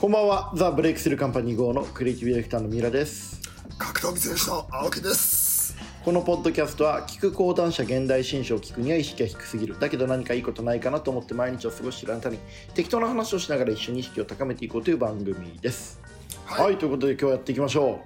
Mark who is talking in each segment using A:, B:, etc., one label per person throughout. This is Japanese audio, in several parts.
A: こんばんは、ザ・ブレイクスルーカンパニー号のクリエイティブディレクターの三浦です。
B: 格闘技選手の青木です
A: このポッドキャストは、聞く講談社現代新書を聞くには意識が低すぎる。だけど何かいいことないかなと思って毎日を過ごしているあなたに、適当な話をしながら一緒に意識を高めていこうという番組です。はい、
B: はい、
A: ということで今日やっていきましょ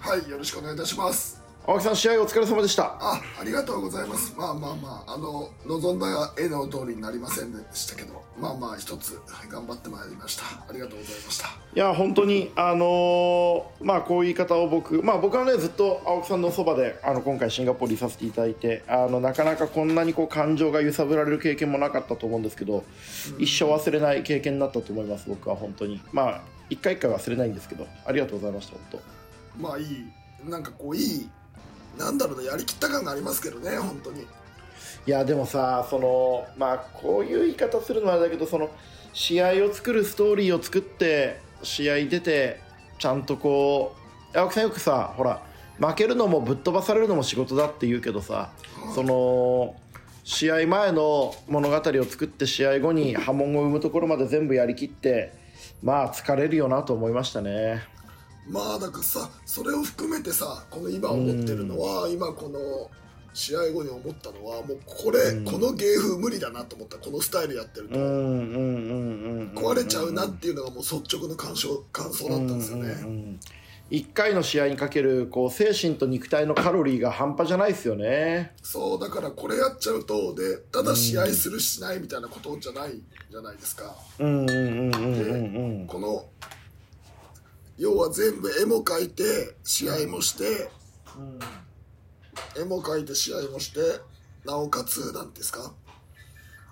B: はい、よろしくお願いいたします
A: う。青木さん、試合お疲れ様でした。
B: あ、ありがとうございますまあまあまあ、あの望んだ絵の通りになりませんでしたけどまあまあ一つはい頑張ってまいりましたありがとうございました
A: いや、本当に、あのーまあ、こういう言い方を僕、まあ、僕はね、ずっと青木さんのそばで、あの、今回シンガポールにいさせていただいて、あの、なかなかこんなにこう、感情が揺さぶられる経験もなかったと思うんですけど、一生忘れない経験になったと思います、僕は本当に。まあ、一回一回忘れないんですけど、ありがとうございました、本
B: まあいいなんかこういいなんだろうなやりきった感がありますけどね本当に
A: 当。いや、でもさ、その、まあ、こういう言い方するのはあれだけど、その、試合を作るストーリーを作って、試合出て、ちゃんとこう、青木さんよくさ、ほら、負けるのもぶっ飛ばされるのも仕事だって言うけどさ、その、試合前の物語を作って試合後に波紋を生むところまで全部やりきって、まあ疲れるよなと思いましたね。
B: まあだからさそれを含めてさこの今思ってるのは、今この試合後に思ったのはもうこれ、
A: うん
B: この芸風無理だなと思ったこのスタイルやってる
A: う
B: と、
A: んうんうんうんうん
B: 壊れちゃうなっていうのがもう率直な感想感想だったんですよ
A: うん
B: ね、
A: うんうん一回の試合にかけるこう精神と肉体のカロリーが半端じゃないですよね。
B: そうだからこれやっちゃうとでただ試合するしないみたいなことじゃないじゃないですか、
A: うんうんうんうんうん
B: この要は全部絵も描いて試合もして、絵も描いて試合もしてなおかつなんですか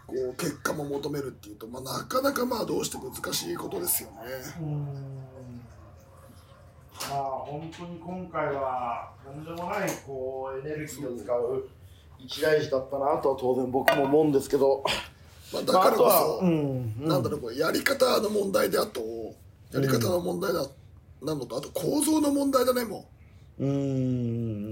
B: こう結果も求めるっていうと、まあ、なかなかまあどうしても難しいことですよね、
A: うん。まあ本当に今回はとんでもないこうエネルギーを使う一大事だったなとは当然僕も思うんですけど。
B: まあ、だからこそ、
A: まああとはうんうん
B: なんだろうこれやり方の問題であとやり方の問題だ、なのとあと構造の問題だねも
A: うんうんう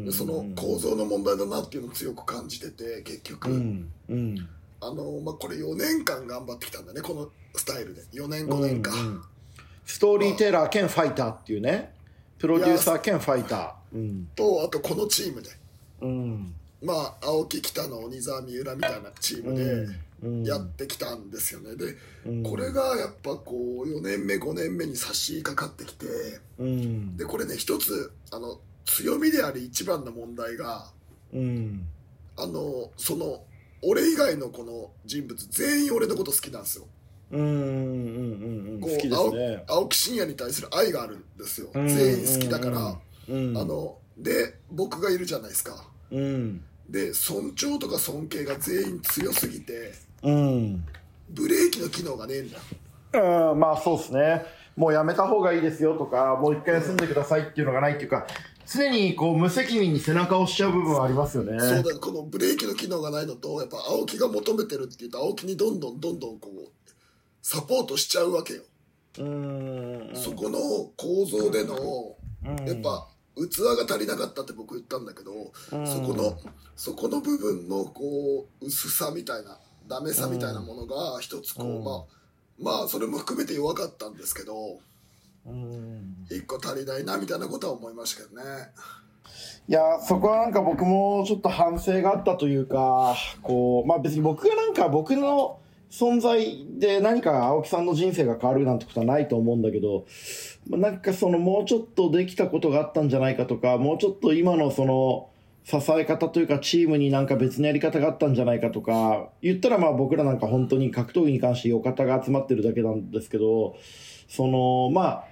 B: うんその構造の問題だなっていうのを強く感じてて結局、
A: うんうん
B: あのまあ、これ4年間頑張ってきたんだねこのスタイルで4年5年か、
A: うんうんストーリーテラー兼ファイターっていうねプロデューサー兼ファイターうん
B: とあとこのチームで
A: うん
B: まあ青木北野鬼沢三浦みたいなチーム
A: うん
B: でやってきたんですよねで、
A: うん
B: これがやっぱこう4年目5年目に差し掛かってきて
A: うん
B: でこれね一つあの強みであり一番の問題が
A: うん
B: あのその俺以外のこの人物全員俺のこと好きなんですよ
A: うんうんうんうん
B: こ
A: 好き
B: う
A: です
B: 青
A: ね
B: 青木真也に対する愛があるんですよ
A: うん
B: 全員好きだから
A: うんうん
B: あので僕がいるじゃないですか
A: うん
B: で尊重とか尊敬が全員強すぎて
A: うん
B: ブレーキの機能がねえんだ
A: うんまあそうですねもうやめた方がいいですよとかもう一回休んでくださいっていうのがないっていうか常にこう無責任に背中を押しちゃう部分はありますよね
B: そうだこのブレーキの機能がないのとやっぱ青木が求めてるっていうと青木にどんどんどんどんこうサポートしちゃうわけよ
A: うん
B: そこの構造での
A: うん
B: やっぱ器が足りなかったって僕言ったんだけど、そこのそこの部分のこう薄さみたいなダメさみたいなものが一つこう、
A: うん
B: まあまあそれも含めて弱かったんですけど
A: うん
B: 一個足りないなみたいなことは思いましたけどね
A: いやそこはなんか僕もちょっと反省があったというかこうまあ別に僕がなんか僕の存在で何か青木さんの人生が変わるなんてことはないと思うんだけど、まあなんかそのもうちょっとできたことがあったんじゃないかとかもうちょっと今のその支え方というかチームになんか別のやり方があったんじゃないかとか言ったらまあ僕らなんか本当に格闘技に関してお方が集まってるだけなんですけどそのまあ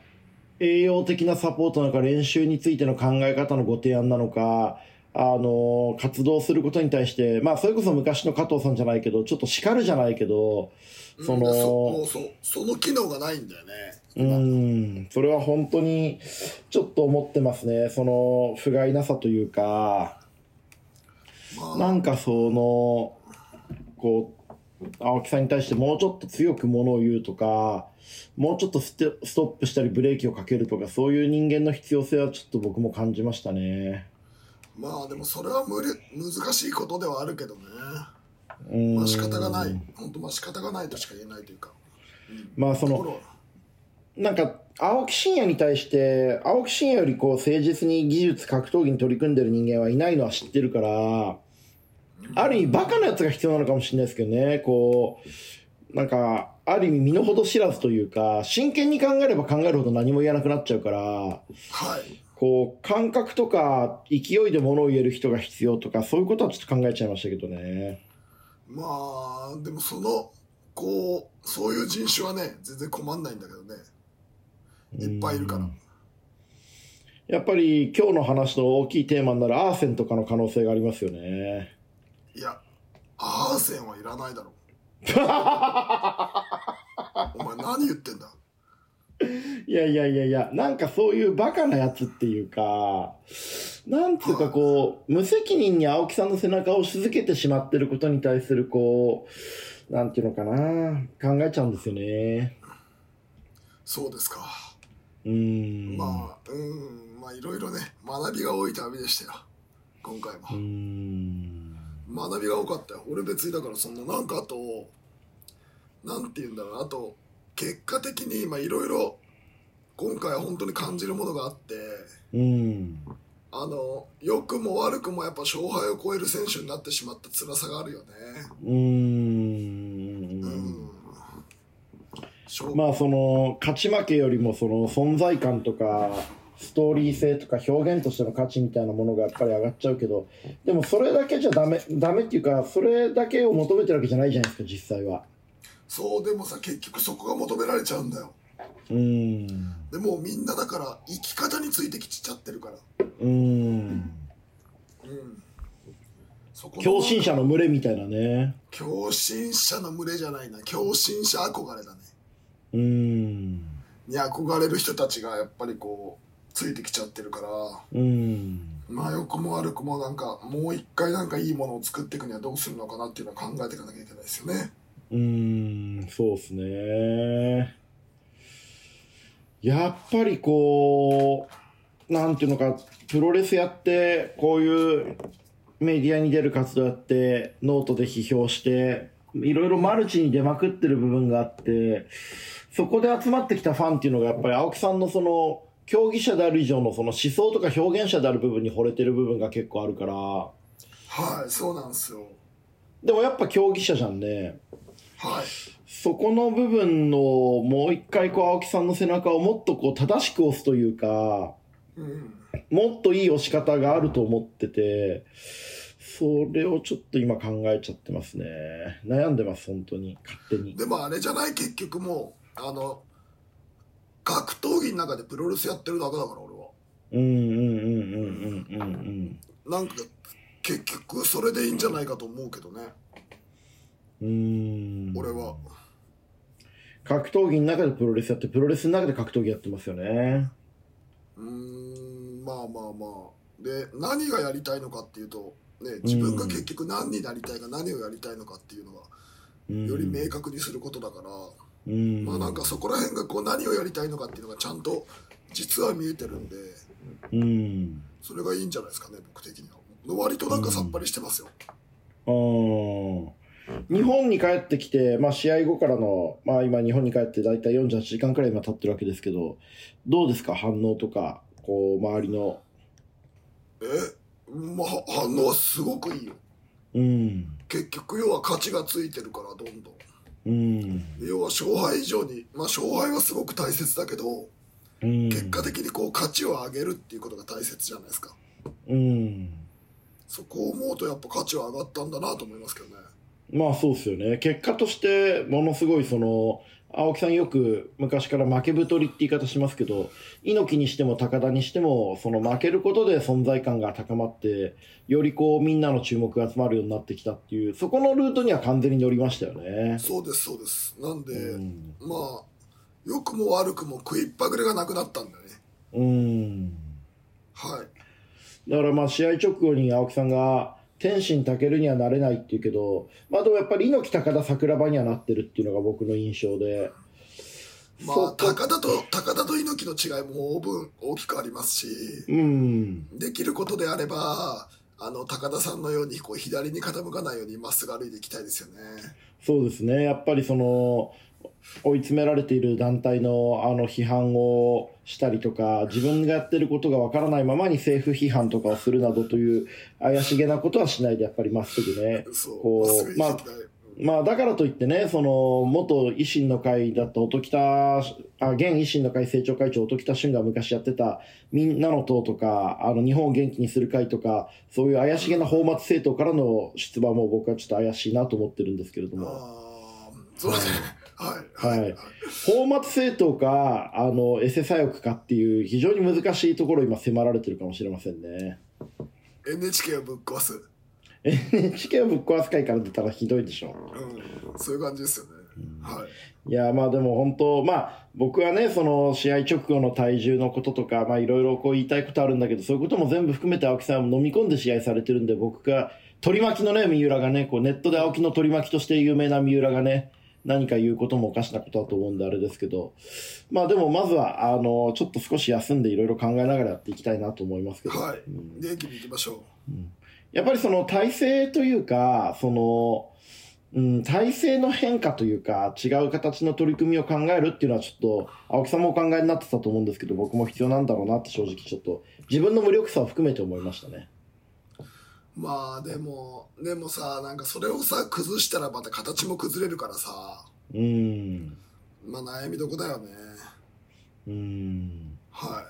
A: 栄養的なサポートなのか練習についての考え方のご提案なのかあの活動することに対してまあそれこそ昔の加藤さんじゃないけどちょっと叱るじゃないけどそ
B: うん
A: の、
B: もうそうその機能がないんだよね
A: うん、それは本当にちょっと思ってますね、その不甲斐なさというか、
B: まあ
A: なんかその、こう、青木さんに対してもうちょっと強くものを言うとか、もうちょっとステストップしたりブレーキをかけるとか、そういう人間の必要性はちょっと僕も感じましたね。
B: まあでもそれは無理難しいことではあるけどね
A: うん
B: まあ仕方がない本当まあ仕方がないとしか言えないというか
A: まあそ
B: とこ
A: の
B: ろは
A: なんか、青木真也に対して、青木真也よりこう、誠実に技術格闘技に取り組んでる人間はいないのは知ってるから、ある意味バカなやつが必要なのかもしれないですけどね、こう、なんか、ある意味身の程知らずというか、真剣に考えれば考えるほど何も言えなくなっちゃうから、
B: はい。
A: こう、感覚とか勢いで物を言える人が必要とか、そういうことはちょっと考えちゃいましたけどね。
B: まあ、でもその、こう、そういう人種はね、全然困んないんだけどね。いっぱいいるから。
A: やっぱり今日の話の大きいテーマになるアーセンとかの可能性がありますよね。
B: いや、アーセンはいらないだろ。 お前何言ってんだ
A: いやいやいやいや、なんかそういうバカなやつっていうか、なんつうかこう、無責任に青木さんの背中を押し続けてしまってることに対するこう、なんていうのかな、考えちゃうんですよね。
B: そうですか。
A: うーん。
B: まあ、うん、まあいろいろね、学びが多い旅でしたよ。今回も
A: うー。ん。
B: 学びが多かったよ俺別にだからそんななんかあとなんて言うんだろうあと結果的に今いろいろ今回は本当に感じるものがあって
A: うん。
B: あの良くも悪くもやっぱ勝敗を超える選手になってしまった辛さがあるよね
A: うー
B: うんん、勝
A: まあその勝ち負けよりもその存在感とかストーリー性とか表現としての価値みたいなものがやっぱり上がっちゃうけどでもそれだけじゃダメダメっていうかそれだけを求めてるわけじゃないじゃないですか実際は
B: そうでもさ結局そこが求められちゃうんだよ
A: うーん
B: でもうみんなだから生き方についてきちゃってるから
A: うーん
B: うんそこの
A: 狂信者の群れみたいなね
B: 狂信者の群れじゃないな狂信者憧れだね
A: うーん
B: に憧れる人たちがやっぱりこうついてきちゃってるから
A: うーん
B: まあ良くも悪くもなんかもう一回なんかいいものを作っていくにはどうするのかなっていうのは考えていかなきゃいけないですよね
A: うーんそうですね。やっぱりこう、なんていうのか、プロレスやって、こういうメディアに出る活動やって、ノートで批評して、いろいろマルチに出まくってる部分があって、そこで集まってきたファンっていうのが、やっぱり青木さんのその、競技者である以上のその思想とか表現者である部分に惚れてる部分が結構あるから、
B: はいそうなんですよ
A: でもやっぱ競技者じゃんね。
B: はい
A: そこの部分のもう一回こう青木さんの背中をもっとこう正しく押すというか
B: うん
A: もっといい押し方があると思っててそれをちょっと今考えちゃってますね悩んでます本当に勝手に
B: でもあれじゃない結局もうあの格闘技の中でプロレスやってるだけだから俺は
A: うんうんうんうんうんうん
B: なんか結局それでいいんじゃないかと思うけどね
A: うんうーん
B: 俺は
A: 格闘技の中でプロレスやってプロレスの中で格闘技やってますよね
B: うーんまあまあまあで何がやりたいのかっていうと、ね、自分が結局何になりたいか何をやりたいのかっていうのはより明確にすることだから、
A: うん
B: まあなんかそこら辺がこう何をやりたいのかっていうのがちゃんと実は見えてるんで
A: うん
B: それがいいんじゃないですかね僕的には割となんかさっぱりしてますよ、
A: うん日本に帰ってきて、まあ、試合後からの、まあ、今、日本に帰って大体48時間くらい今経ってるわけですけど、どうですか、反応とか、こう周りの。
B: えまあ反応はすごくいいよ
A: うん、
B: 結局要は勝ちがついてるからどんどん
A: うん、
B: 要は勝敗以上にまあ勝敗はすごく大切だけど
A: うん、
B: 結果的にこう価値を上げるっていうことが大切じゃないですか
A: うん、
B: そこを思うとやっぱ価値は上がったんだなと思いますけどね
A: まあそうですよね、結果として、ものすごい、その青木さん、よく昔から負け太りって言い方しますけど、猪木にしても高田にしても、その負けることで存在感が高まって、よりこうみんなの注目が集まるようになってきたっていう、そこのルートには完全に乗りましたよね。
B: そうですそうですなんで、
A: うん
B: まあ良くも悪くも食いっぱぐれがなくなったんだよね
A: うん
B: はい
A: だからまあ試合直後に青木さんが天心武尊にはなれないって言うけど、まあ、でもやっぱり猪木高田桜庭にはなってるっていうのが僕の印象で、
B: ま
A: そ
B: あ
A: うか
B: 高田と高田と猪木の違いも大分大きくありますし
A: うん
B: できることであればあの高田さんのようにこう左に傾かないようにまっすぐ歩いていきたいですよね
A: そうですねやっぱりその追い詰められている団体のあの批判をしたりとか、自分がやってることがわからないままに政府批判とかをするなどという怪しげなことはしないで、やっぱりまっすぐね。
B: そう
A: こ
B: 忘れ
A: う、
B: ち
A: ま
B: ゃい
A: あ
B: け、ない
A: まあだからといってね、その元維新の会だった音喜多、あ現維新の会政調会長、音喜多俊が昔やってた、みんなの党とか、あの日本を元気にする会とか、そういう怪しげな泡沫政党からの出馬も僕はちょっと怪しいなと思ってるんですけれども、
B: あーそうですねはい
A: はい泡沫政党か、あのエセ左翼かっていう、非常に難しいところを今、迫られてるかもしれませんね。
B: NHK をぶっ壊す、う
A: NHK をぶっ壊す会から出たらひどいでしょ。
B: ん、そういう感じですよね、はい
A: いやまあでも本当まあ僕はねその試合直後の体重のこととかまあいろいろこう言いたいことあるんだけどそういうことも全部含めて青木さんは飲み込んで試合されてるんで僕が取り巻きのね三浦がねこうネットで青木の取り巻きとして有名な三浦がね何か言うこともおかしなことだと思うんであれですけどまあでもまずはあのちょっと少し休んでいろいろ考えながらやっていきたいなと思いますけど
B: はい元気にいきましょう
A: やっぱりその体制というか、その、うん、体制の変化というか、違う形の取り組みを考えるっていうのはちょっと、青木さんもお考えになってたと思うんですけど、僕も必要なんだろうなって正直ちょっと、自分の無力さを含めて思いましたね。
B: まあでもでもさなんかそれをさ崩したらまた形も崩れるからさ
A: うん。
B: まあ悩みどこだよね
A: うん。
B: は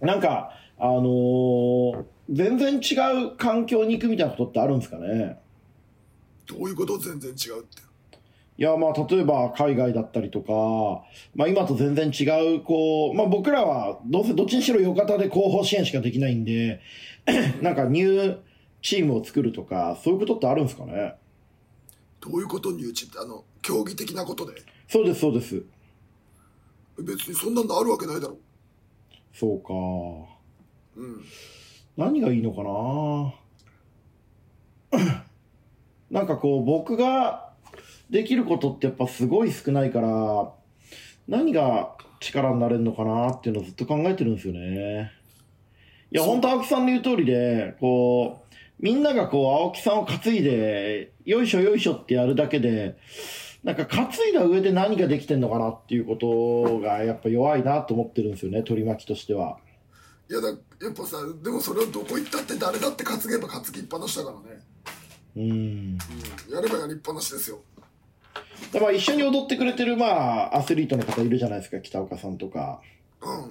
B: い
A: なんか、あのー全然違う環境に行くみたいなことってあるんですかね
B: どういうこと全然違うって
A: いや、まあ、例えば海外だったりとか、まあ、今と全然違う、こう、まあ、僕らは、どうせどっちにしろ横方で後方支援しかできないんで、 なんかニューチームを作るとか、そういうことってあるんですかね
B: どういうことにうちってあの競技的なことで
A: そうです、そうです。
B: 別にそんなのあるわけないだろ
A: そうか。
B: うん
A: 何がいいのか ななんかこう僕ができることってやっぱすごい少ないから何が力になれるのかなっていうのをずっと考えてるんですよねいや
B: そう
A: 本当青木さんの言う通りでこうみんながこう青木さんを担いでよいしょよいしょってやるだけでなんか担いだ上で何ができてんのかなっていうことがやっぱ弱いなと思ってるんですよね取り巻きとしては。
B: いやだやっぱさでもそれをどこ行ったって誰だって担げば担ぎっぱなしだからね、
A: うん
B: うん、やればやりっぱなしですよ
A: でまあ、一緒に踊ってくれてる、まあ、アスリートの方いるじゃないですか、北岡さんとか。
B: うん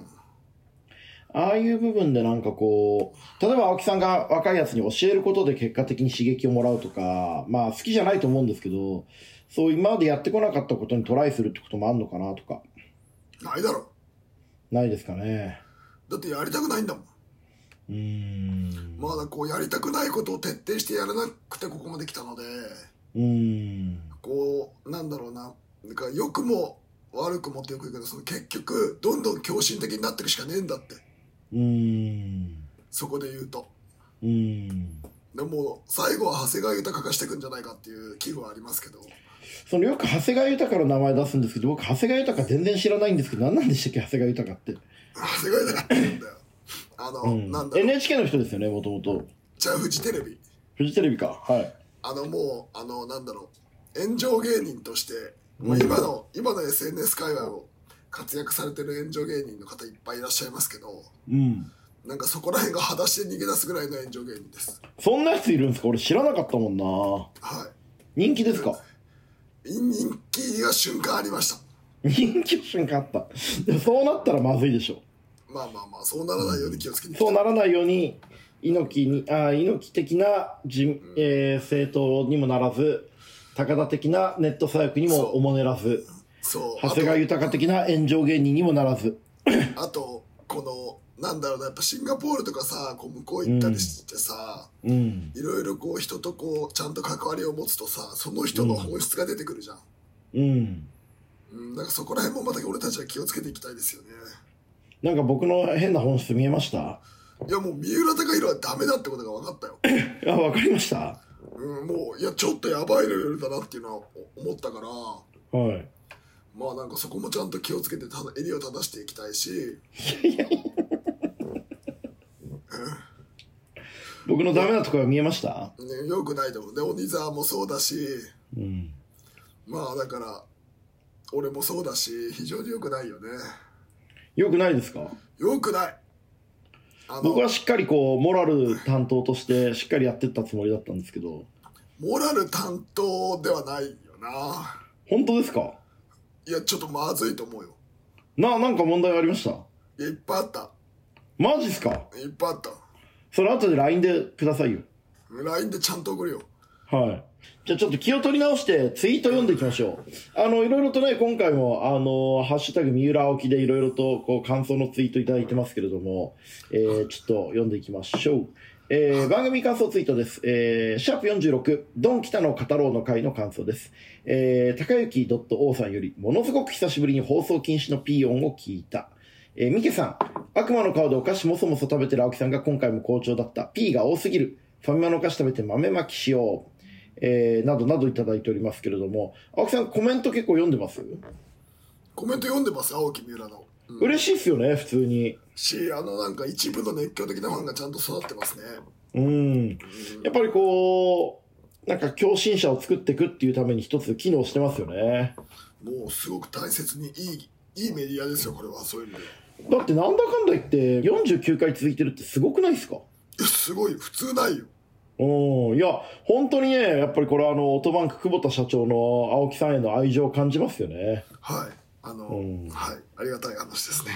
A: ああいう部分でなんかこう、例えば青木さんが若いやつに教えることで結果的に刺激をもらうとか、まあ好きじゃないと思うんですけど、そう今までやってこなかったことにトライするってこともあるのかなとか、
B: ないだろ
A: ないですかね。
B: だってやりたくないんだもん
A: うーん。
B: まあだこうやりたくないことを徹底してやらなくてここまで来たので
A: うーん。
B: こうなんだろうななんか良くも悪くもってよく言うけどその結局どんどん狂心的になってるしかねえんだって
A: うーん。
B: そこで言うと
A: うーん。
B: でも最後は長谷川豊化してくんじゃないかっていう気分はありますけど
A: そのよく長谷川豊の名前出すんですけど、僕長谷川豊全然知らないんですけど、何なんでしたっけ、長谷川豊って。
B: 長谷川豊化って言うんだよあの、
A: うん
B: なんだろう
A: NHK の人ですよね、もともと。
B: じゃあフジテレビ
A: フジテレビか。はい。
B: あのもうあのなんだろう炎上芸人として、
A: ん
B: もう今の今の SNS 界隈を活躍されてる炎上芸人の方いっぱいいらっしゃいますけど
A: うん。
B: なんかそこら辺が裸足で逃げ出すぐらいの炎上芸人です
A: そんなやついるんですか俺知らなかったもんな。
B: は
A: 人気ですか
B: い人気が瞬間ありました
A: 人気の瞬間あった。でもそうなったらまずいでしょ。
B: まあまあまあそうならないように気をつけていきたい
A: そうならないように、猪木に、あ猪木的な人、えー政党にもならず、高田的なネット左翼にもおもねらず、
B: そう
A: 長
B: あ
A: 谷川
B: と
A: 豊的な炎上芸人にもならず。
B: あとこのなんだろうなやっぱシンガポールとかさこう向こう行ったりしてさ、
A: うん。
B: いろいろこう人とこうちゃんと関わりを持つとさその人の本質が出てくるじゃん、
A: うん。
B: うん、なんかそこら辺もまた俺たちは気をつけていきたいですよね
A: なんか僕の変な本質見えました
B: いやもう三浦貴大はダメだってことが分かったよ、
A: あ、わかりました。
B: うん、もういやちょっとやばいレベルだなっていうのは思ったから
A: はい。
B: まあなんかそこもちゃんと気をつけてただ襟を正していきたいし
A: 僕のダメなところが見えました
B: ね、よくないと思うで鬼沢もそうだし
A: うん。
B: まあだから俺もそうだし非常に良くないよね
A: よくないですか
B: 良くないあの
A: 僕はしっかりこうモラル担当としてしっかりやってったつもりだったんですけど
B: モラル担当ではないよな
A: 本当ですか
B: いやちょっとまずいと思うよ
A: ななんか問題ありました
B: いやいっぱいあった
A: マジっすか
B: いっぱいあった
A: それ後で LINE でくださいよ
B: LINE でちゃんと送るよ
A: はいじゃあちょっと気を取り直してツイート読んでいきましょうあのいろいろとね今回も「あのハッシュタグ三浦青木」でいろいろとこう感想のツイートいただいてますけれども、えーちょっと読んでいきましょうえー番組感想ツイートです。えーシャープ46、ドン・北の語ろうの会の感想です。えー、高雪 .o さんより、ものすごく久しぶりに放送禁止のピー音を聞いた。えー、ミケさん、悪魔の顔でお菓子もそもそ食べてる青木さんが今回も好調だった。P が多すぎる。ファミマのお菓子食べて豆まきしよう。えーなどなどいただいておりますけれども、青木さんコメント結構読んでます、
B: コメント読んでます青木三浦の、うん
A: 嬉しいっすよね、普通に。
B: しあのなんか一部の熱狂的なファンがちゃんと育ってますね
A: うん。やっぱりこう、なんか共振者を作っていくっていうために一つ機能してますよね。
B: もうすごく大切にいいいいメディアですよこれはそういう意味で
A: だってなんだかんだ言って49回続いてるってすごくないですか
B: いやすごいよ普通ないよ
A: うん、いや、本当にね、やっぱりこれはあの、オートバンク久保田社長の青木さんへの愛情を感じますよね。
B: はいあの、
A: うん
B: はいありがたい話ですね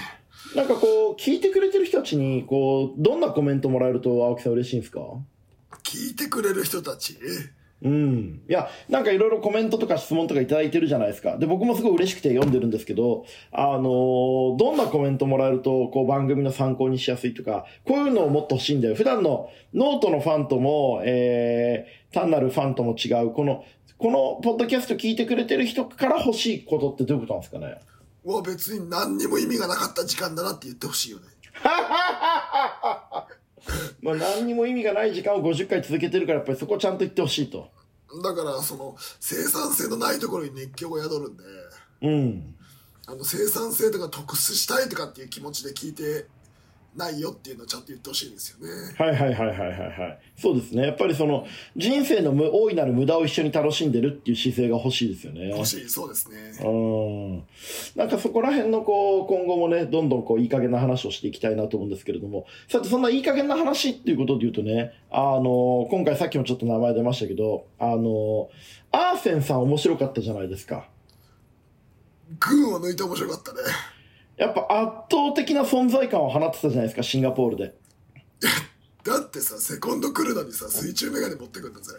A: なんかこう、聞いてくれてる人たちに、こう、どんなコメントもらえると青木さん嬉しいんですか
B: 聞いてくれる人たち
A: うん。いや、なんかいろいろコメントとか質問とかいただいてるじゃないですか。で、僕もすごい嬉しくて読んでるんですけど、あのーどんなコメントもらえると、こう番組の参考にしやすいとか、こういうのをもっと欲しいんだよ。普段のノートのファンとも、えー、単なるファンとも違う、この、このポッドキャスト聞いてくれてる人から欲しいことってどういうことなんですかね
B: は別に何にも意味がなかった時間だなって言ってほしいよね
A: まあ何にも意味がない時間を50回続けてるから、やっぱりそこをちゃんと言ってほしいと。
B: だからその生産性のないところに熱狂が宿るんで
A: うん。
B: あの生産性とか得したいとかっていう気持ちで聞いてないよっていうのをちゃんと言ってほしいんですよね
A: はいはいはいはいはいはい。そうですね。やっぱりその人生の無大いなる無駄を一緒に楽しんでるっていう姿勢が欲しいですよね。
B: 欲しいそうですね
A: うん。なんかそこら辺のこう、今後もね、どんどんこう、いい加減な話をしていきたいなと思うんですけれども、さて、そんないい加減な話っていうことで言うとね、あの、今回さっきもちょっと名前出ましたけど、あの、アーセンさん面白かったじゃないですか。
B: 群を抜いて面白かったね
A: やっぱ圧倒的な存在感を放ってたじゃないですか、シンガポールで。
B: だってさセコンド来るのにさ水中メガネ持ってくんだ ぜ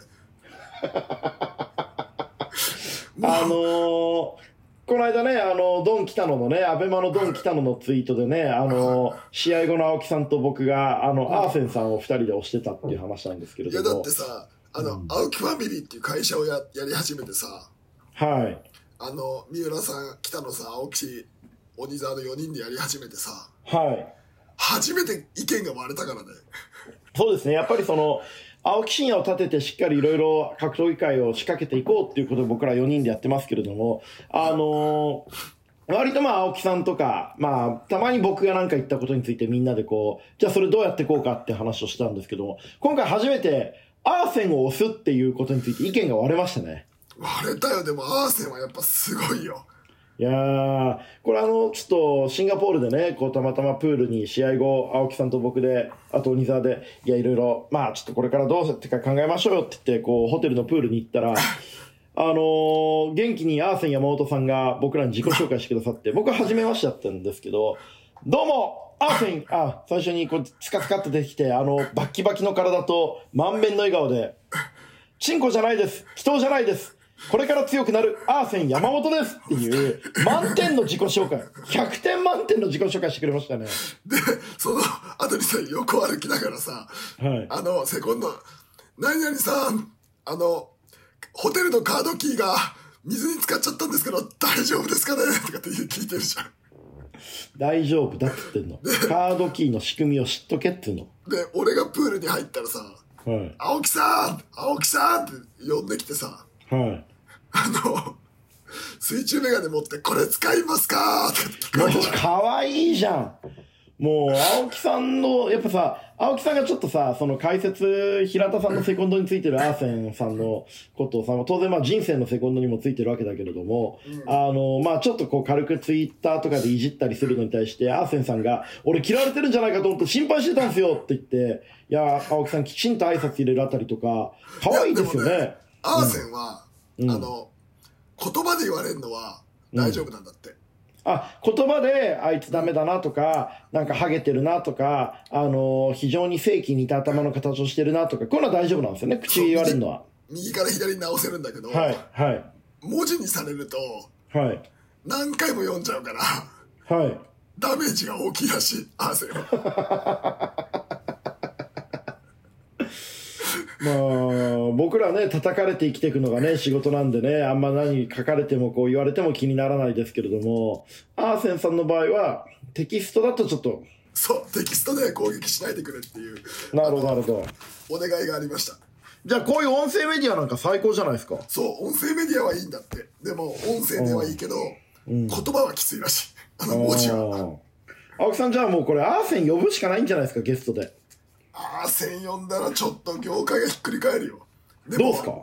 B: もう
A: あのー この間ね、あの、ドン・北野のね、アベマのドン・北野のツイートでね、あ のー試合後の青木さんと僕が、あの、アーセンさんを二人で押してたっていう話なんですけれ
B: いや
A: ど
B: だっ
A: も
B: て、さあの、青木ファミリーっていう会社をややり始めてさ
A: はい、
B: あの三浦さん北野さん青木鬼沢の4人でやり始めてさ
A: はい。
B: 初めて意見が割れたからね
A: そうですね、やっぱりその、青木真也を立ててしっかりいろいろ格闘技界を仕掛けていこうっていうことを僕ら4人でやってますけれども、あのー割とまあ青木さんとか、まあたまに僕が何か言ったことについてみんなでこう、じゃあそれどうやってこうかって話をしたんですけども、今回初めてアーセンを押すっていうことについて意見が割れましたね。
B: 割れたよでもアーセンはやっぱすごいよ
A: いやー、これあの、ちょっと、シンガポールでね、こう、たまたまプールに試合後、青木さんと僕で、あと鬼沢で、いや、いろいろ、まあ、ちょっとこれからどうせってか考えましょうよって言って、こう、ホテルのプールに行ったら、あのー元気にアーセン山本さんが僕らに自己紹介してくださって、僕は初めましてだったんですけど、どうも、アーセン、あ、最初にこう、つかつかって出てきて、あの、バッキバキの体と、満面の笑顔で、チンコじゃないです人じゃないですこれから強くなるアーセン山本ですっていう満点の自己紹介100点満点の自己紹介してくれましたね
B: でその後にさ横歩きながらさ、
A: はい
B: あのセコンド「何々さんあのホテルのカードキーが水に浸かっちゃったんですけど大丈夫ですかね?」とかって聞いてるじゃん
A: 大丈夫だって言ってんのカードキーの仕組みを知っとけっていう
B: で俺がプールに入ったらさ
A: のはい
B: 「青木さん青木さん!」って呼んできてさ
A: はい
B: あの水中メガネ持って「これ使いま すか?」とかって聞
A: もう
B: こえて
A: かわいいじゃんもう青木さんのやっぱさ青木さんがちょっとさ、その解説、平田さんのセコンドについてるアーセンさんのことをさ、当然まあ人生のセコンドにもついてるわけだけれども、あの、まあちょっとこう軽くツイッターとかでいじったりするのに対して、アーセンさんが、俺嫌われてるんじゃないかと思って心配してたんですよって言って、いや、青木さんきちんと挨拶入れるあたりとか、可愛いですよ
B: いやでも
A: ね。
B: アーセンは、
A: うん
B: あの言葉で言われるのは大丈夫なんだって、
A: あ言葉であいつダメだなとか、なんかハゲてるなとか、あのー非常に正規に似た頭の形をしてるなとか、こういうのは大丈夫なんですよね、口言われるのは。
B: 右から左に直せるんだけど、
A: はい、はい、
B: 文字にされると
A: はい、
B: 何回も読んじゃうから
A: はい。
B: ダメージが大きいらしいアーセン は
A: まあ、僕らね、叩かれて生きていくのがね、仕事なんでね、あんま何書かれてもこう言われても気にならないですけれども、アーセンさんの場合は、テキストだとちょっと、
B: そうテキストで攻撃しないでくれっていう
A: なるほど、なるほど。
B: お願いがありました
A: じゃあ、こういう音声メディアなんか最高じゃないですか。
B: そう音声メディアはいいんだってでも音声ではいいけど、言葉はきついらしいあの文字は
A: あー青木さん、じゃあもうこれ、アーセン呼ぶしかないんじゃないですか、ゲストで。
B: アーセン読んだらちょっと業界がひっくり返るよで
A: どうですかは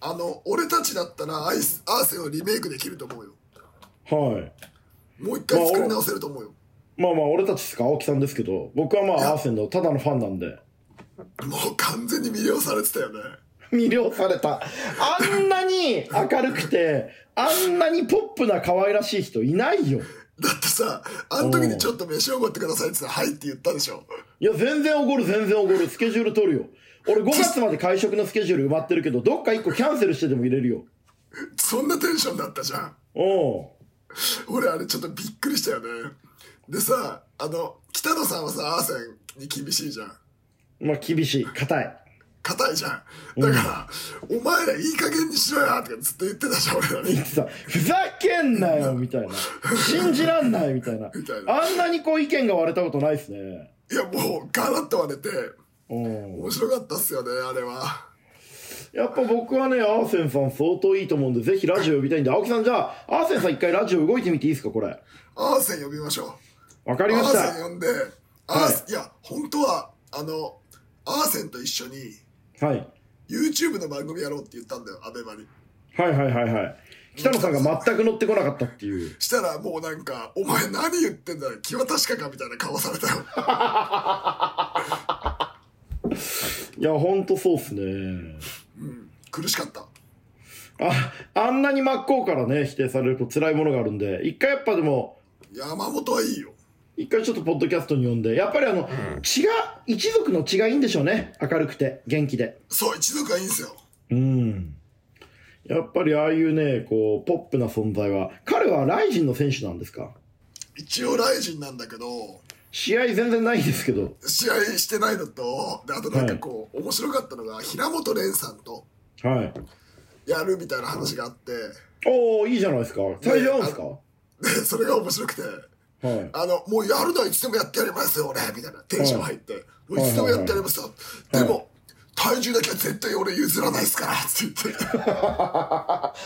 B: あの俺たちだったらアイスアーセンをリメイクできると思うよ
A: い。
B: もう一回作り直せると思うよ
A: まあまあ、俺たちですか、青木さんですけど、僕はまあ、アーセンのただのファンなんで。
B: もう完全に魅了されてたよね
A: 魅了された。あんなに明るくて、あんなにポップな可愛らしい人いないよ。
B: だってさあの時にちょっと飯おごってくださいって言ったら「はい」って言ったでしょ
A: いや、全然おごる、全然おごる。スケジュール取るよ。俺5月まで会食のスケジュール埋まってるけど、どっか1個キャンセルしてでも入れるよ。
B: そんなテンションだったじゃん
A: お
B: 俺あれちょっとびっくりしたよねでさあの北野さんはさアーセンに厳しいじゃん
A: うん。まあ、厳しい。硬い。
B: 硬いじゃんだから、お前らいい加減にしろやとかずっと言ってたじゃん俺らに
A: 言ってたふざけんなよみたいな信じらんないみたいな
B: みたいな
A: あんなにこう意見が割れたことないですね
B: いやもうガラッと割れて
A: うん
B: 面白かったっすよねあれは
A: やっぱ僕はねアーセンさん相当いいと思うんでぜひラジオ呼びたいんで青木さんじゃあアーセンさん一回ラジオ動いてみていいですかこれ
B: アーセン呼びましょ
A: わか
B: う
A: りまし
B: アーセン
A: た
B: 呼んでアーセン、い、や本当はあのアーセンと一緒に
A: はい
B: YouTube の番組やろうって言ったんだよアベマに
A: はいはいはいはい北野さんが全く乗ってこなかったっていう
B: したらもうなんか「お前何言ってんだよ気は確かか」みたいな顔されたよ
A: いやほんとそうっすね
B: 苦しかった
A: ああんなに真っ向からね否定されると辛いものがあるんで一回やっぱでも
B: 山本はいいよ
A: 一回ちょっとポッドキャストに呼んでやっぱりあの、血が一族の血がいいんでしょうね明るくて元気で
B: そう一族はいいんすよ
A: うんやっぱりああいうねこうポップな存在は彼はライジンの選手なんですか
B: 一応ライジンなんだけど
A: 試合全然ないですけど
B: 試合してないのとであとなんかこう、面白かったのが平本蓮さんと
A: はい
B: やるみたいな話があって
A: おおいいじゃないですか最初合うんですか、
B: でそれが面白くて
A: はい
B: あの、もうやるのはいつでもやってやりますよ、俺、みたいな。テンション入って。もういつでもやってやりますよ。
A: はい
B: でも、体重だけは絶対俺譲らないですから、つって言って。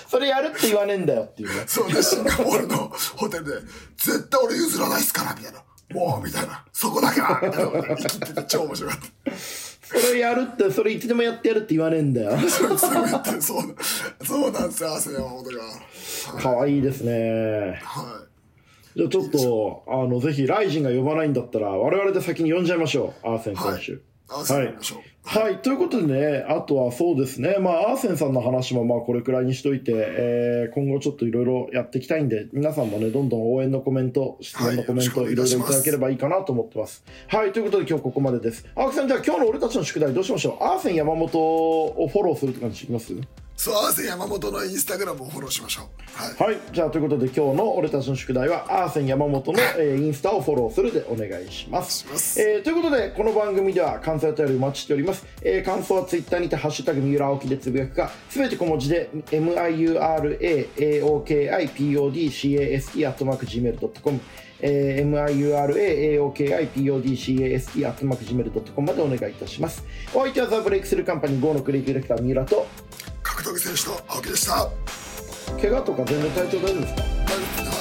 A: それやるって言わねえんだよっていうね
B: そうで、シンガポールのホテルで、絶対俺譲らないですから、みたいな。もう、みたいな。そこだけは、みたいなことで。生きてて超面白かった。
A: それやるってそれいつでもやってやるって言わねえんだよ
B: それいつでもやってる。そう、そうなんですよ、汗山本が。
A: 可愛いですね
B: は
A: じゃあちょっとあのぜひライジンが呼ばないんだったら我々で先に呼んじゃいましょうアーセン選手、
B: はいい。汗山本でしょう。
A: はい、ということでね、あとはそうですね、まあ、アーセンさんの話もまあこれくらいにしといて、えー今後ちょっといろいろやっていきたいんで、皆さんもね、どんどん応援のコメント、質問のコメント、
B: は
A: い
B: いよ
A: ろ
B: ろ
A: い
B: し
A: ろ
B: く
A: い
B: お願いします
A: ただければいいかなと思ってます。はい、ということで今日ここまでです。青木さん、じゃあ今日の俺たちの宿題どうしましょうアーセン山本をフォローするって感じできます
B: そう、汗山本のインスタグラムをフォローしましょう。はい。
A: はい、じゃあということで今日の俺たちの宿題はアーセン山本の、えーインスタをフォローするでお願いします
B: します
A: えーということでこの番組では感想やお便りお待ちしております、えー感想はツイッターにて「ハッシュタグ三浦青木」でつぶやくかすべて小文字で MIURAAOKIPODCASE アットマーク Gmail.com えー MIURAAOKIPODCASE アットマーク Gmail.com までお願いいたしますお相手はザ・ブレイクスルーカンパニー GO のクリエイティブディレクター三浦と
B: 格闘技選手の青木でした。
A: 怪我とか全然体調大丈夫ですか
B: バイバイ